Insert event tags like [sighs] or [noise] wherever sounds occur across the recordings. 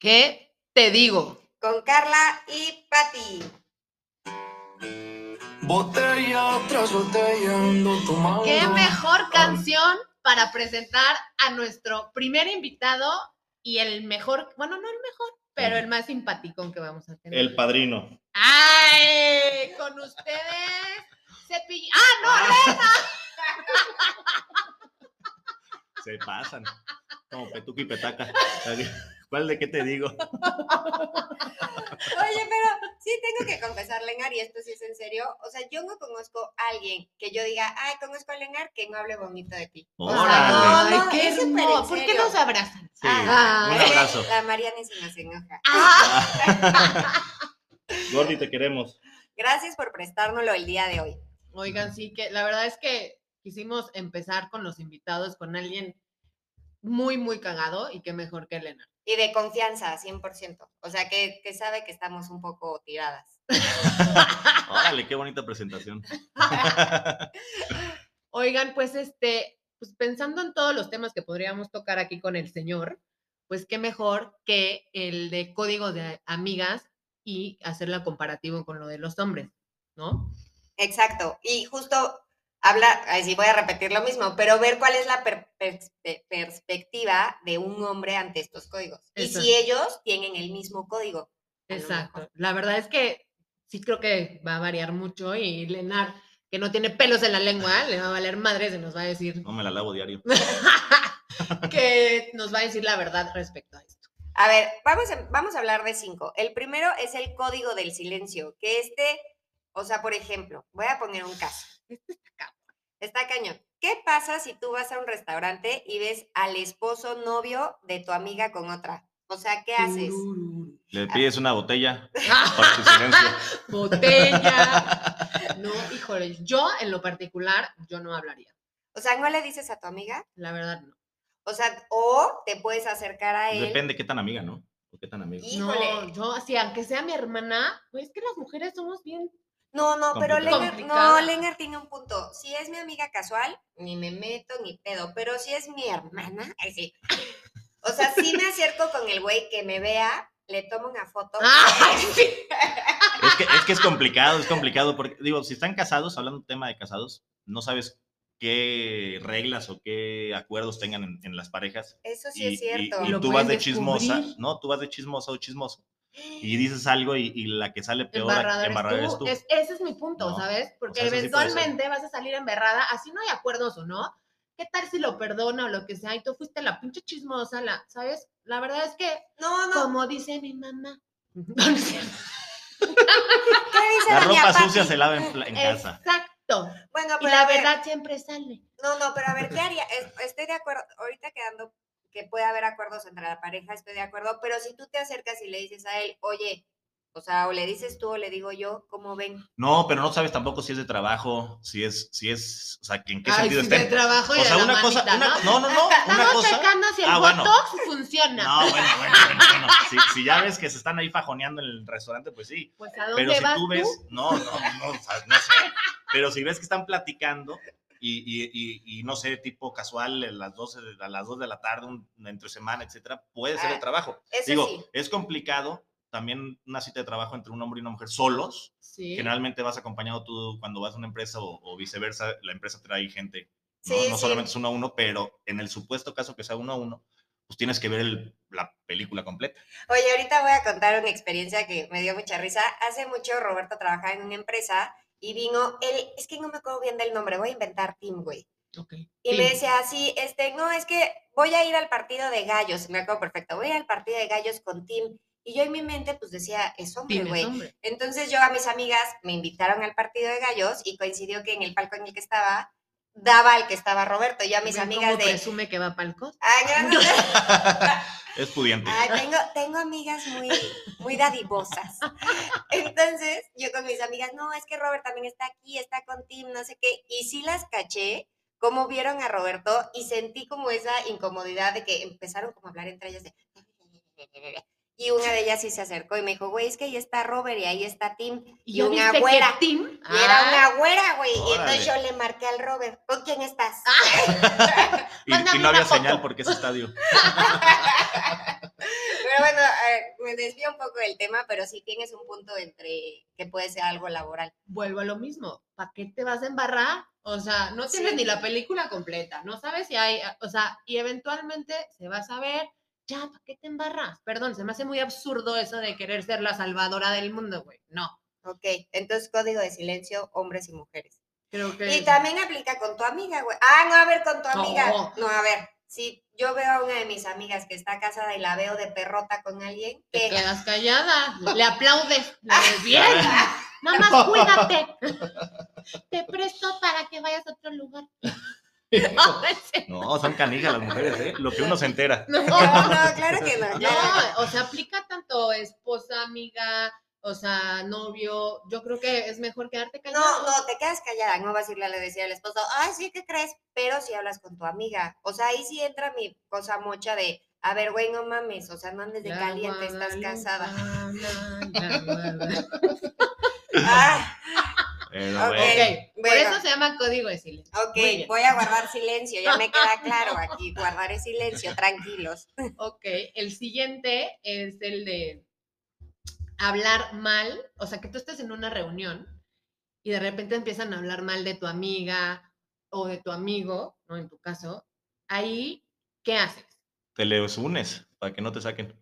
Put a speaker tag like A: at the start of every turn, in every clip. A: ¿Qué te digo?
B: Con Carla y Patti.
C: Botella tras botella ando tomando.
D: Oh.
A: Qué mejor canción para presentar a nuestro primer invitado y el mejor, bueno, no el mejor, pero el más simpático que vamos a tener.
D: El
A: [laughs]
D: padrino.
A: ¡Ay! Con ustedes. Cepill... ¡Ah, no!
D: Se pasan. Como petuca y petaca. ¿Cuál de qué te digo?
B: Oye, pero sí tengo que confesar, Lenar, y esto sí es en serio. O sea, yo no conozco a alguien que yo diga, ay, conozco a Lenar, que no hable bonito de ti.
D: Órale.
A: ¡Ay,
B: no,
A: qué
B: es súper en
A: hermoso! ¿Por qué
B: serio.
A: nos abrazan?
D: Sí,
B: Ah,
D: un abrazo.
B: La Mariana sí nos enoja.
A: ¡Ah!
D: Gordi, te queremos.
B: Gracias por prestárnoslo el día de hoy.
A: Oigan, sí que la verdad es que quisimos empezar con los invitados, con alguien muy, muy cagado y qué mejor que Elena.
B: Y de confianza, 100%. O sea, que, que sabe que estamos un poco tiradas.
D: Órale, qué bonita presentación.
A: [laughs] Oigan, pues este, pues pensando en todos los temas que podríamos tocar aquí con el señor, pues qué mejor que el de código de amigas y hacerla comparativo con lo de los hombres, ¿no?
B: Exacto. Y justo hablar, ay, sí voy a repetir lo mismo, pero ver cuál es la per- pers- pe- perspectiva de un hombre ante estos códigos.
A: Eso.
B: Y si ellos tienen el mismo código. a lo mejor.
A: Exacto. La verdad es que sí creo que va a variar mucho y Lenar, que no tiene pelos en la
B: [laughs]
A: lengua, le va a valer madre, se nos va a decir
D: No me la lavo diario.
A: [laughs] que nos va a decir la verdad respecto a esto. [laughs]
B: A ver, vamos a, vamos a hablar de cinco. El primero es el código del silencio, que este, o sea, por ejemplo, voy a poner un caso.
A: [sighs] Este está cabrón.
B: Está cañón. ¿Qué pasa si tú vas a un restaurante y ves al esposo novio de tu amiga con otra? O sea, ¿qué haces?
A: Mm. Tururú.
D: Le pides una botella
A: Ah,
D: para tu silencio.
A: Botella.
D: [laughs]
A: No, híjole, yo en lo particular, yo no hablaría.
B: O sea, ¿no le dices a tu amiga?
A: La verdad, no.
B: O sea, o te puedes acercar a él.
D: Depende qué tan amiga, ¿no? O qué tan amigo.
B: Híjole.
A: No, yo así, aunque sea mi hermana, pues es que las mujeres somos bien.
B: No, no, pero
D: Complicado.
B: Leonard, no,
A: Complicado.
B: Leonard tiene un punto. Si es mi amiga casual, ni me meto ni pedo, pero si es mi hermana, [laughs] ay, sí. O sea, si me acerco con el güey que me vea, le tomo una foto.
A: ¡Ay, sí!
D: Es que, es que es complicado, es complicado. Porque, digo, si están casados, hablando de tema de casados, no sabes qué reglas o qué acuerdos tengan en, en las parejas.
B: Eso sí
D: Y,
B: es cierto.
D: y- y
A: Lo
D: tú vas
A: pueden
D: de chismosa,
A: descubrir.
D: ¿no? Tú vas de chismosa o chismoso.
A: [gasps]
D: Y dices algo y, y la que sale peor
A: Embarrada eres
D: embarrada
A: tú. Es- ese es mi punto,
D: No,
A: ¿sabes? Porque
D: sea, eso sí puede ser.
A: eventualmente vas a salir embarrada, así no hay acuerdos o no. ¿Qué tal si lo perdona o lo que sea? Y tú fuiste la pinche chismosa, la, ¿sabes? La verdad es que,
B: no, no,
A: como dice mi mamá. [laughs] No, no es cierto.
B: ¿qué dice
D: La
B: doña
D: ropa
B: Pati?
D: sucia se lava en, pla- en casa.
A: Exacto.
B: Bueno,
A: Y
B: pero
A: la
B: a ver,
A: verdad siempre sale.
B: No, no, pero a ver, ¿qué haría? Es- Estoy de acuerdo, ahorita quedando que puede haber acuerdos entre la pareja, estoy de acuerdo, pero si tú te acercas y le dices a él, oye, o sea, o le dices tú o le digo yo, ¿cómo ven?
D: No, pero no sabes tampoco si es de trabajo, si es, si es, o sea, que en qué
A: Ay,
D: sentido
A: sí,
D: estén.
A: de trabajo y
D: o
A: de
D: sea,
A: la
D: una cosa,
A: mamita,
D: una-
A: ¿no?
D: no, no,
A: [laughs]
D: no, una
A: Estamos
D: cosa.
A: checando si el
D: Ah, bueno.
A: botox funciona.
D: No, bueno, bueno, bueno, bueno. Si, si ya ves que se están ahí fajoneando en el restaurante, pues sí.
A: Pues a dónde
D: Pero si
A: vas
D: tú
A: tú.
D: ves, no, no, no, o sea, no sé. Pero si ves que están platicando y, y- y- y no sé, tipo casual, a las 12, de- a las 2 de la tarde, un- entre semana, etcétera, puede ser
B: Ah,
D: de trabajo.
B: Eso
D: Digo,
B: sí.
D: es complicado también una cita de trabajo entre un hombre y una mujer solos.
A: Sí.
D: Generalmente vas acompañado tú cuando vas a una empresa o, o viceversa, la empresa trae gente. No,
B: Sí,
D: No
B: sí.
D: solamente es uno a uno, pero en el supuesto caso que sea uno a uno, pues tienes que ver el- la película completa. [laughs]
B: Oye, ahorita voy a contar una experiencia que me dio mucha risa. Hace mucho Roberto trabajaba en una empresa y vino él, es que no me acuerdo bien del nombre, voy a inventar Tim, güey.
A: Ok.
B: Y
A: Sí.
B: me decía así, este, no, es que voy a ir al partido de gallos, me acuerdo perfecto, voy a ir al partido de gallos con Tim. Y yo en mi mente pues decía, es hombre,
A: Tienes
B: güey.
A: hombre.
B: Entonces yo a mis amigas me invitaron al partido de gallos y coincidió que en el palco en el que estaba daba al que estaba Roberto. Yo a mis
A: ¿Ven
B: amigas
A: cómo
B: de...
A: presume que va pa'l cos?
B: Ay, no, no,
A: [laughs]
B: no.
D: Es pudiente.
B: Ay, tengo, tengo amigas muy, muy dadivosas. Entonces, yo con mis amigas, no, es que Robert también está aquí, está con Tim, no sé qué. Y sí las caché, como vieron a Roberto, y sentí como esa incomodidad de que empezaron como a hablar entre ellas de... Y una de ellas sí se acercó y me dijo, güey, es que ahí está Robert y ahí está Tim.
A: Y Ah,
B: Y,
A: yo
B: una
A: viste
B: güera.
A: que Tim...
B: Y era una güera, güey. Y
D: Órale.
B: entonces yo le marqué al Robert, ¿con quién estás?
D: Y, y
A: mándame
D: no
A: una
D: había
A: foto.
D: señal porque es estadio.
B: Pero bueno, eh, desvía un poco del tema, pero sí tienes un punto entre que puede ser algo laboral.
A: Vuelvo a lo mismo. ¿Para qué te vas a embarrar? O sea, no tienes
B: Sí.
A: ni la película completa, no sabes si hay, o sea, y eventualmente se va a saber, ya, ¿para qué te embarras? Perdón, se me hace muy absurdo eso de querer ser la salvadora del mundo, güey. No,
B: Ok, entonces código de silencio, hombres y mujeres.
A: creo que...
B: Y también aplica con tu amiga, güey. Ah, no, a ver, con tu
A: No.
B: amiga. No, a ver. Si yo veo a una de mis amigas que está casada y la veo de perrota con alguien,
A: Te
B: que
A: quedas callada, le aplaudes, le
B: Ah.
A: dices, bien, nada
B: [laughs]
A: más cuídate. Te presto para que vayas a otro
B: [laughs]
A: lugar. [laughs]
D: No, son canijas las mujeres, ¿eh? Lo que uno se entera.
A: No,
B: [laughs] No, no, claro que no.
A: no,
B: claro.
A: o sea, aplica tanto esposa, amiga, o sea, novio. Yo creo que es mejor quedarte
B: No,
A: callado.
B: no, te quedas callada, no vas a irle a decir al esposo, ay, sí, ¿qué crees? Pero si hablas con tu amiga. O sea, ahí sí entra mi cosa mocha de, a ver, güey, no mames, o sea, no andes de
A: La
B: caliente, estás casada.
A: Guadalupana, la
B: Ah,
D: Pero
B: Ok.
D: Eh,
A: Guadalupana. Ok,
D: bueno.
A: por
B: [laughs] Bueno.
A: eso se llama código de silencio. Muy
B: ok,
A: bien.
B: voy a guardar silencio, ya me queda claro aquí, guardaré silencio, tranquilos. [laughs]
A: Ok, el siguiente es el de hablar mal, o sea, que tú estés en una reunión y de repente empiezan a hablar mal de tu amiga o de tu amigo, ¿no? En tu caso, ahí, ¿qué haces? [laughs]
D: Te les unes para que no te saquen.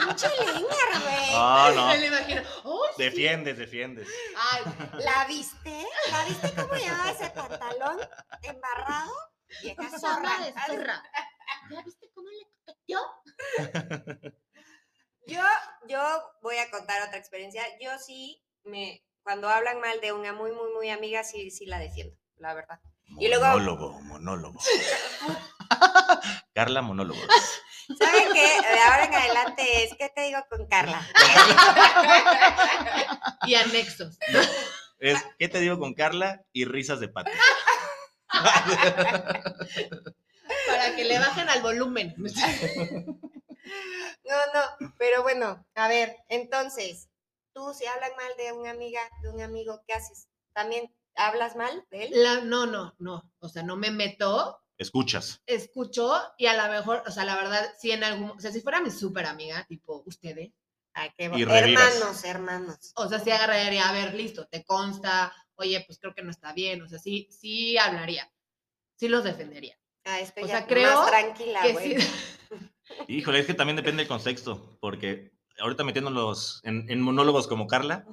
B: Pinche leña, güey.
D: Ah,
A: Me lo
D: no.
A: imagino. ¡Oh, sí!
D: Defiendes, defiendes.
A: Ay,
B: ¿La viste? ¿La viste cómo llevaba ese pantalón embarrado? Vieja zorra.
A: zorra de zorra. ¿Ya viste cómo le coqueteó?
B: Yo, yo voy a contar otra experiencia. Yo sí me, cuando hablan mal de una muy, muy, muy amiga, sí, sí la defiendo, la verdad. Y luego-
D: Monólogo, monólogo. [laughs] Carla, monólogo.
B: ¿Saben qué? De ahora en adelante es, ¿qué te digo con Carla?
A: Y anexos.
D: Es, ¿qué te digo con Carla? Y risas de pato.
A: Para que le bajen al volumen.
B: No, no, pero bueno, a ver, entonces, tú si hablan mal de una amiga, de un amigo, ¿qué haces? ¿También hablas mal de él?
A: La- no, no, no. O sea, no me meto,
D: Escuchas.
A: escucho y a lo mejor, o sea, la verdad, si en algún, o sea, si fuera mi súper amiga, tipo ustedes,
B: Ay, Ah, qué bo-
D: Y reviras.
B: hermanos, hermanos.
A: o sea, sí agarraría, a ver, listo, te consta, oye, pues creo que no está bien, o sea, sí, sí hablaría, sí los defendería.
B: Ah, estoy
A: O
B: ya
A: sea, creo
B: más tranquila,
A: Que
B: güey.
A: sí-
D: Híjole, es que también depende del contexto, porque ahorita metiéndolos en, en monólogos como Carla,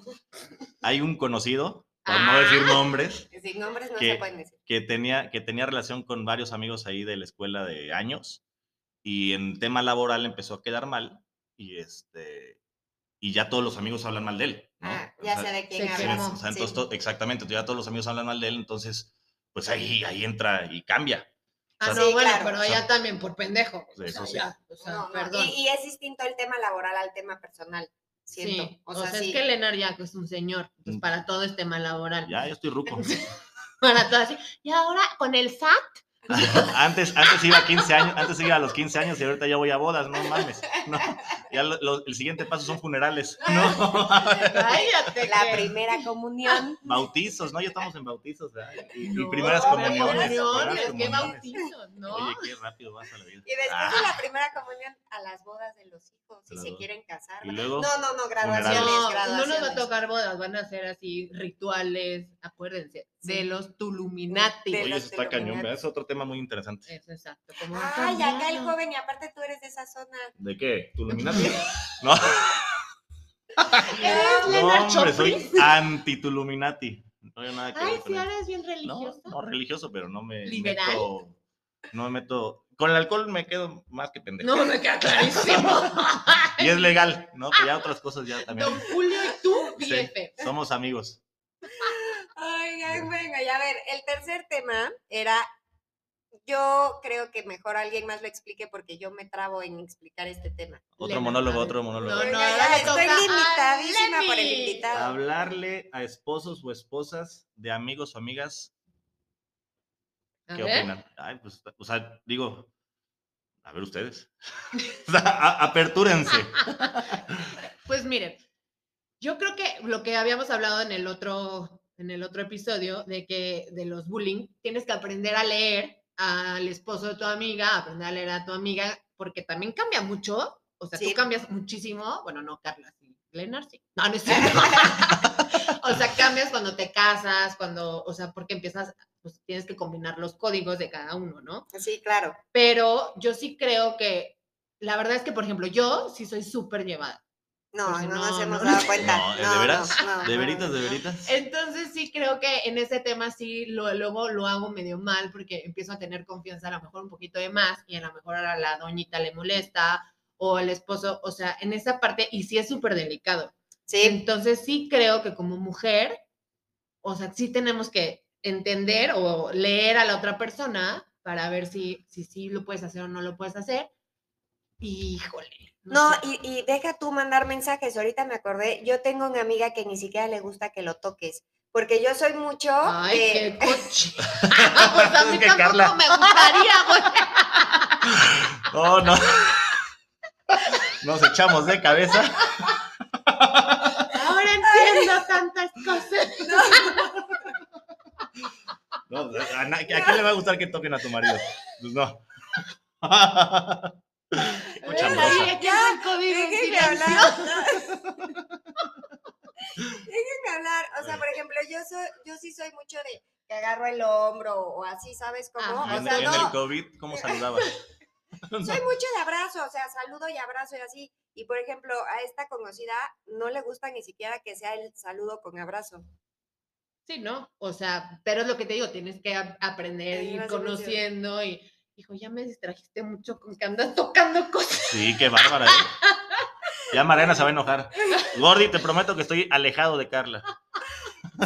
D: hay un conocido, por no decir nombres,
B: Sin nombres no
D: que-
B: se pueden decir.
D: que tenía, que tenía relación con varios amigos ahí de la escuela de años y en tema laboral empezó a quedar mal y este y ya todos los amigos hablan mal de él. ¿no?
B: Ah,
D: O
B: ya
D: sea,
B: sé de quién
A: se
D: sí,
A: quemó,
B: hablas.
D: o sea,
B: sí.
D: entonces to- exactamente, ya todos los amigos hablan mal de él, entonces pues ahí, ahí entra y cambia.
A: [laughs] Ah,
D: Sí,
A: no, bueno,
B: claro.
A: pero
D: O sea,
A: ella también por pendejo.
D: Sí,
A: o sea,
D: eso sí.
A: ya, o sea,
B: No, no,
A: perdón.
B: Y, y es distinto el tema laboral al tema personal, siento.
A: Sí,
B: o sea, sí.
A: es que Lenar ya que es un señor, pues
D: Mm.
A: para todo es tema laboral.
D: Ya, yo estoy ruco.
A: [laughs] Para todo así. Y ahora con el SAT,
D: [laughs] antes, antes iba a 15 años, antes iba a los 15 años y ahorita ya voy a bodas, no mames. No, ya lo- lo- el siguiente paso son funerales, [laughs]
A: [laughs]
D: no,
A: cállate.
B: [laughs] La
A: que-
B: primera comunión.
D: bautizos, no, ya estamos en bautizos, ¿verdad? Y, y
A: No,
D: primeras
A: no,
D: comuniones.
A: comuniones,
D: primeras
A: qué
D: comuniones.
A: bautizo, ¿no?
D: Oye, qué rápido vas a la vida.
B: [laughs] Y después de
D: Ah,
B: la primera comunión a las bodas de los hijos, si
D: Las
B: se
D: bodas.
B: quieren casar.
D: Ah, y
B: No,
D: luego,
B: no, no, graduaciones,
A: no, no
B: graduaciones.
A: nos va a tocar bodas, van a ser así rituales, acuérdense, de
B: Sí.
A: los Tuluminati.
B: de
D: oye,
B: los
D: eso está cañón,
B: telenovelas.
D: ¿verdad? Es otro tema muy interesante.
A: Eso, exacto. Como han
B: Ay, acá el
A: cambiado.
B: joven, y aparte tú eres de esa zona.
D: ¿De qué?
A: [laughs]
D: ¿Tu luminati? No,
A: ¿Eres
D: no,
A: Lenar
D: hombre,
A: Chopin?
D: soy anti-tuluminati. No hay nada que ver
A: Ay,
D: con
A: sí,
D: eso.
A: ahora es bien
D: No,
A: religioso.
D: no religioso, pero no me
A: ¿Liberal?
D: meto. No me meto. Con el alcohol me quedo más que pendejo.
A: No, me queda
D: [laughs]
A: clarísimo.
D: Y es legal, ¿no? Que ya otras cosas ya también.
A: Don Julio y tú,
D: Sí.
A: BFF.
D: Somos amigos.
B: Oigan, venga, y a ver, el tercer tema era, yo creo que mejor alguien más lo explique porque yo me trabo en explicar este tema.
D: Otro
A: Lena,
D: monólogo,
A: a ver.
D: otro
A: No,
D: monólogo.
A: no,
B: Venga, ya
A: ahora le
B: estoy
A: toca a
B: limitadísima por el
A: Lemi.
B: invitado.
D: Hablarle a esposos o esposas de amigos o amigas,
A: A
D: ¿qué
A: ver.
D: opinan? Ay, pues, o sea, digo, a ver ustedes. [laughs] O sea, a- apertúrense.
A: Pues miren, yo creo que lo que habíamos hablado en el otro, en el otro episodio de que de los bullying, tienes que aprender a leer al esposo de tu amiga, aprender a leer a tu amiga, porque también cambia mucho. O sea, tú
B: Sí.
A: cambias muchísimo. Bueno, no, Carla, sí. Lenar, sí. No, no es cierto. [laughs] o sea, cambias cuando te casas, cuando, o sea, porque empiezas, pues tienes que combinar los códigos de cada uno, ¿no?
B: Sí, claro.
A: Pero yo sí creo que, la verdad es que, por ejemplo, yo sí soy súper llevada.
B: No,
A: Pues
B: no,
A: no,
B: nos
A: no,
B: hemos
A: no.
B: dado cuenta.
D: No, ¿de
B: No, no,
D: veras?
B: no,
D: De
B: no,
D: veritas,
B: no,
D: de
B: no.
A: [laughs]
D: veritas.
A: Entonces sí creo que en ese tema sí, lo- luego lo hago medio mal porque empiezo a tener confianza a lo mejor un poquito de más y a lo mejor a la doñita le molesta o el esposo, o sea, en esa parte y sí es súper delicado.
B: Sí,
A: Entonces sí creo que como mujer, o sea, sí tenemos que entender o leer a la otra persona para ver si si sí lo puedes hacer o no lo puedes hacer. Híjole.
B: no,
A: sé.
B: y, y deja tú mandar mensajes. Ahorita me acordé, yo tengo una amiga que ni siquiera le gusta que lo toques, porque yo soy mucho
A: Ay, qué
B: de- [laughs]
A: coche. [laughs] pues a mí
D: Es que
A: tampoco
D: Carla-
A: me gustaría, güey.
D: No, Oh, no. Nos echamos de cabeza.
A: Ahora entiendo tantas cosas.
D: No, ¿a, na- ¿a quién le va a gustar que toquen a tu marido? Pues no. Qué
A: ¿Ves?
D: chambrosa.
A: Ahí aquí
B: Ya,
A: el COVID en
B: Déjenme
A: silencio.
B: hablar.
A: [laughs]
B: Déjenme hablar. O sea, por ejemplo, yo soy, yo sí soy mucho de que agarro el hombro o así, ¿sabes cómo?
A: Ajá.
D: Y
B: O
D: en,
B: sea,
D: en el
B: no,
D: COVID, ¿cómo saludaba?
B: soy mucho de abrazo, o sea, saludo y abrazo y así. Y por ejemplo, a esta conocida no le gusta ni siquiera que sea el saludo con abrazo.
A: Sí, ¿no? O sea, pero es lo que te digo, tienes que a- aprender,
B: Ahí
A: ir
B: vas evolucionando.
A: conociendo y. Hijo, ya me distrajiste mucho con que andas tocando
B: [laughs]
A: cosas.
D: Sí, qué bárbara. ¿eh? Ya Mariana se va a enojar. Gordy, te prometo que estoy alejado de Carla.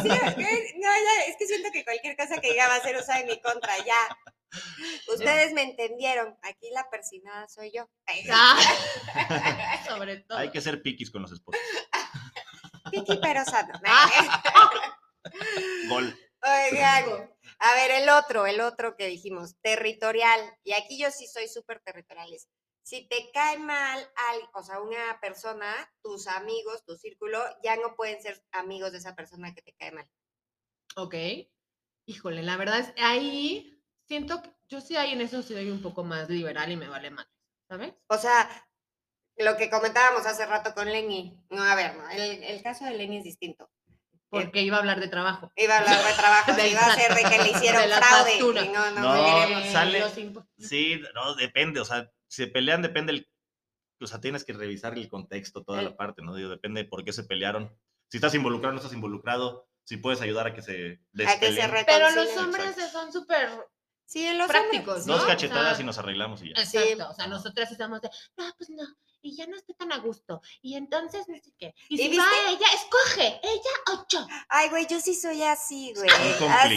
B: Sí, es que- no, ya, es que siento que cualquier cosa que diga va a ser usada en mi contra, ya. Ustedes me entendieron. Aquí la persinada soy yo.
D: [laughs]
A: Ah, Sobre todo.
D: Hay que ser piquis con los esposos.
B: Piqui pero sano.
D: Gol.
B: Oigan, a ver, el otro, el otro que dijimos, territorial. Y aquí yo sí soy súper territorial. es, Si te cae mal, al, o sea, una persona, tus amigos, tu círculo, ya no pueden ser amigos de esa persona que te cae mal.
A: Ok. Híjole, la verdad es ahí siento que yo sí ahí en eso soy un poco más liberal y me vale más, ¿sabes?
B: O sea, lo que comentábamos hace rato con Lenny. No, a ver, no, el, el caso de Lenny es distinto.
A: Porque iba a hablar de trabajo.
B: Iba a hablar de
A: [laughs]
B: trabajo,
A: Del
B: iba a ser de que le hicieron
A: de la
B: fraude.
A: factura.
B: y no, no,
D: No,
B: no queremos.
A: De
D: sale-
A: los impu-
D: Sí, no, depende. O sea, si se pelean, depende el. O sea, tienes que revisar el contexto, toda la parte, ¿no? Digo, depende de por qué se pelearon. Si estás involucrado, no estás involucrado. Si puedes ayudar a que se
B: Hay que
D: despeleen.
B: ser
A: Pero los hombres son súper
B: Sí, los hombres,
A: prácticos,
B: sí.
A: ¿no?
D: Dos
A: O
D: cachetadas
A: sea,
D: y nos arreglamos y ya.
B: Sí.
A: Exacto, o sea, nosotras estamos de, no, pues no, y ya no estoy tan a gusto, y entonces no sé qué, y
B: ¿Y
A: si
B: viste?
A: va ella, escoge, ella ocho.
B: Ay, güey, yo sí soy así, güey.
D: Son
B: así.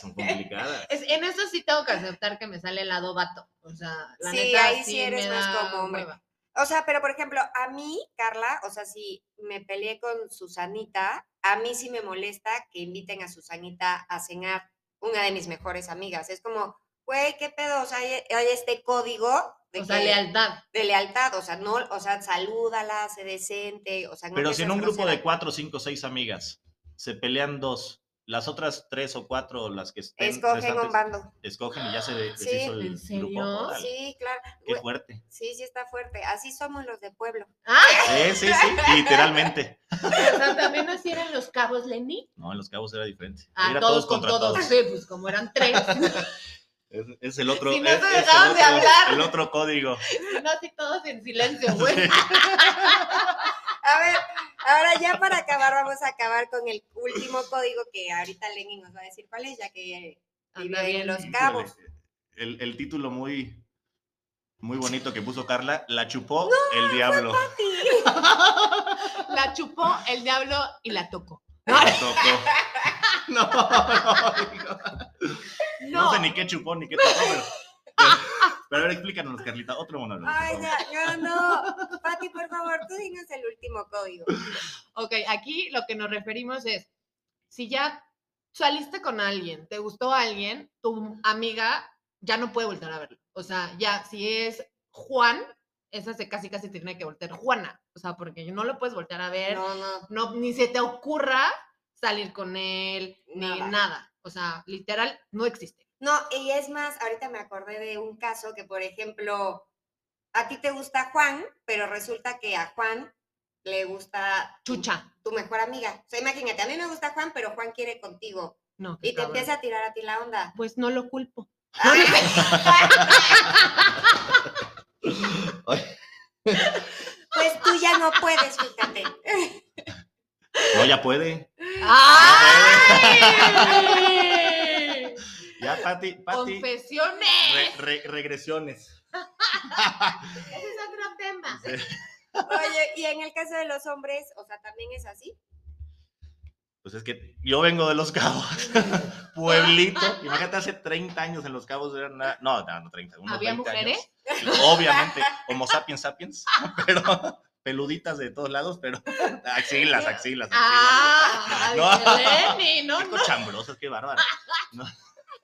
B: [laughs]
D: son complicadas.
A: Es- en eso sí tengo que aceptar que me sale el lado vato, o sea, la
B: Sí,
A: neta
B: ahí sí eres
A: me
B: más
A: da
B: como hombre.
A: hueva.
B: O sea, pero por ejemplo, a mí, Carla, o sea, si me peleé con Susanita, a mí sí me molesta que inviten a Susanita a cenar, una de mis mejores amigas. Es como, güey, ¿qué pedo? O sea, hay, hay este código de,
A: O sea,
B: que-
A: lealtad.
B: de lealtad, o sea, no, o sea, salúdala, sé decente, o sea, no
D: Pero
B: que
D: si en
B: seas
D: un grupo de
B: grosera.
D: cuatro, cinco, seis amigas se pelean dos, las otras tres o cuatro, las que estén
B: Escogen un
D: restantes,
B: bando.
D: escogen y ya se de-
B: Sí,
D: deshizo el
A: ¿en serio?
D: grupo. Órale,
B: Sí, claro.
D: Qué
B: Güey,
D: fuerte.
B: Sí, sí está fuerte. Así somos los de pueblo.
A: [laughs] Ah,
D: Sí, sí, sí, literalmente.
A: o sea, también así eran los cabos Lenny.
D: No, en los cabos era diferente.
A: Ah,
D: Era
A: todos, con todos. Sí, pues como eran tres.
D: [laughs]
A: [laughs]
D: Es, es el otro.
A: Si no
D: es,
A: te
D: es el
A: dejaban de
D: otro-
A: hablar.
D: El otro código.
A: si no, así todos en silencio,
D: [laughs]
A: güey.
B: A ver, ahora ya para acabar, vamos a acabar con el último código que ahorita Lenny nos va a decir cuál es, ya que eh,
A: Anda
B: vive
A: bien.
B: en los
D: Híjole,
B: cabos.
D: El, el título muy, muy bonito que puso Carla, la chupó el diablo.
A: La chupó el diablo y la tocó.
D: La tocó.
A: [laughs]
D: No, no, hijo. No.
A: No,
D: sé ni qué chupó ni qué tocó, pero. Pero a ver, explícanos, Carlita, otro monólogo. por
B: Ay,
D: favor.
B: ya, no, no. Pati, por favor, tú dinos el último código.
A: Ok, aquí lo que nos referimos es, si ya saliste con alguien, te gustó alguien, tu amiga ya no puede volver a verlo. O sea, ya, si es Juan, esa se casi casi tiene que voltear Juana. O sea, porque no lo puedes voltear a ver, no.
B: No, no.
A: ni se te ocurra salir con él, ni
B: Nada.
A: nada. O sea, literal, no existe.
B: No, y es más, ahorita me acordé de un caso que, por ejemplo, a ti te gusta Juan, pero resulta que a Juan le gusta tu-
A: Chucha.
B: tu mejor amiga. O sea, imagínate, a mí me gusta Juan, pero Juan quiere contigo.
A: No, qué
B: Y te
A: cabrón.
B: empieza a tirar a ti la onda.
A: Pues no lo culpo.
B: Pues tú ya no puedes, fíjate.
D: No, ya puede.
B: [laughs]
A: ¡Ay!
D: Ya, Pati, Pati. re-
A: ¡Confesiones!
D: re- regresiones.
A: Ese es otro tema.
B: Oye, y en el caso de los hombres, o sea, también es así.
D: Pues es que yo vengo de Los Cabos, [laughs] pueblito. Imagínate, hace 30 años en Los Cabos era una- No, no, no 30. Unos
A: ¿Había
D: 20
A: mujeres?
D: años. Sí, Obviamente, Homo sapiens sapiens, [laughs] pero peluditas de todos lados, pero axilas, axilas, axilas.
A: ¡Ah!
D: No.
A: ay, Lenny, ah, no,
D: Qué
A: no.
D: cochambrosas, qué bárbaro. No.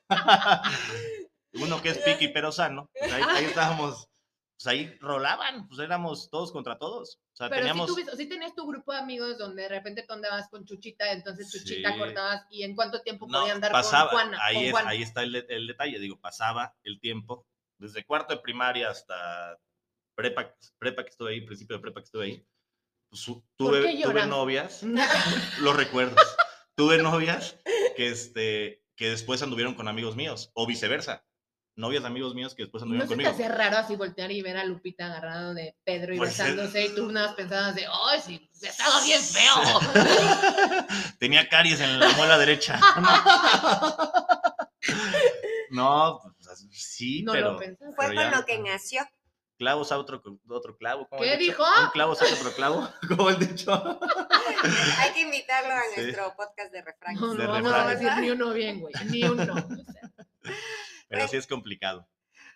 D: [laughs] Uno que es piqui pero sano. pues ahí, ahí estábamos, pues ahí rolaban, pues éramos todos contra todos. O sea,
A: Pero
D: teníamos.
A: sí, tuviste- sí tenías tu grupo de amigos donde de repente tú andabas con Chuchita, entonces Chuchita
D: Sí.
A: cortabas y en cuánto tiempo
D: No,
A: podían andar
D: pasaba,
A: con Juana. con
D: ahí, es-
A: Juan? [laughs]
D: ahí está el, de- el detalle, digo, pasaba el tiempo, desde cuarto de primaria hasta prepa, prepa que estuve ahí, principio de prepa que estuve ahí, pues, su-
A: qué
D: tuve, tuve
A: lloras?
D: novias,
A: [laughs]
D: los recuerdos, tuve novias que, este, que después anduvieron con amigos míos, o viceversa, novias de amigos míos que después
A: ¿No
D: anduvieron
A: se te
D: conmigo.
A: hace raro así voltear y ver a Lupita agarrado de Pedro y
D: Pues, eh.
A: besándose y tú nada más pensabas de, ¡ay, sí, se estaba bien feo!
D: [laughs] Tenía caries en la muela derecha. [laughs] No, pues,
A: [laughs]
D: sí,
A: No
D: pero...
A: lo pensaba.
B: Fue
D: Pero
B: con
D: ya-
B: lo que nació.
D: clavo saca otro, otro clavo. ¿cómo
A: ¿Qué
D: el dicho?
A: dijo?
D: Un clavo saca otro
A: [laughs]
D: clavo, [laughs] como el dicho.
B: Hay que invitarlo a
D: Sí.
B: nuestro podcast de refranes.
A: No,
D: De
A: no, no va a
D: refrán.
A: decir ni uno bien, güey. Ni uno. o sea.
D: Pero sí es complicado.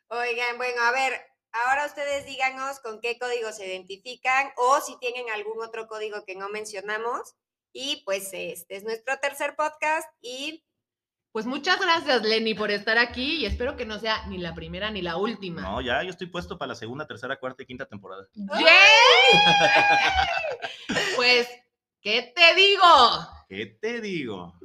B: Oigan, bueno, a ver, ahora ustedes díganos con qué código se identifican o si tienen algún otro código que no mencionamos. Y pues este es nuestro tercer podcast y
A: Pues muchas gracias, Lenny, por estar aquí y espero que no sea ni la primera ni la última.
D: No, ya yo estoy puesto para la segunda, tercera, cuarta y quinta temporada.
A: ¡Yay! Pues, ¿qué te digo?
D: ¿Qué te digo?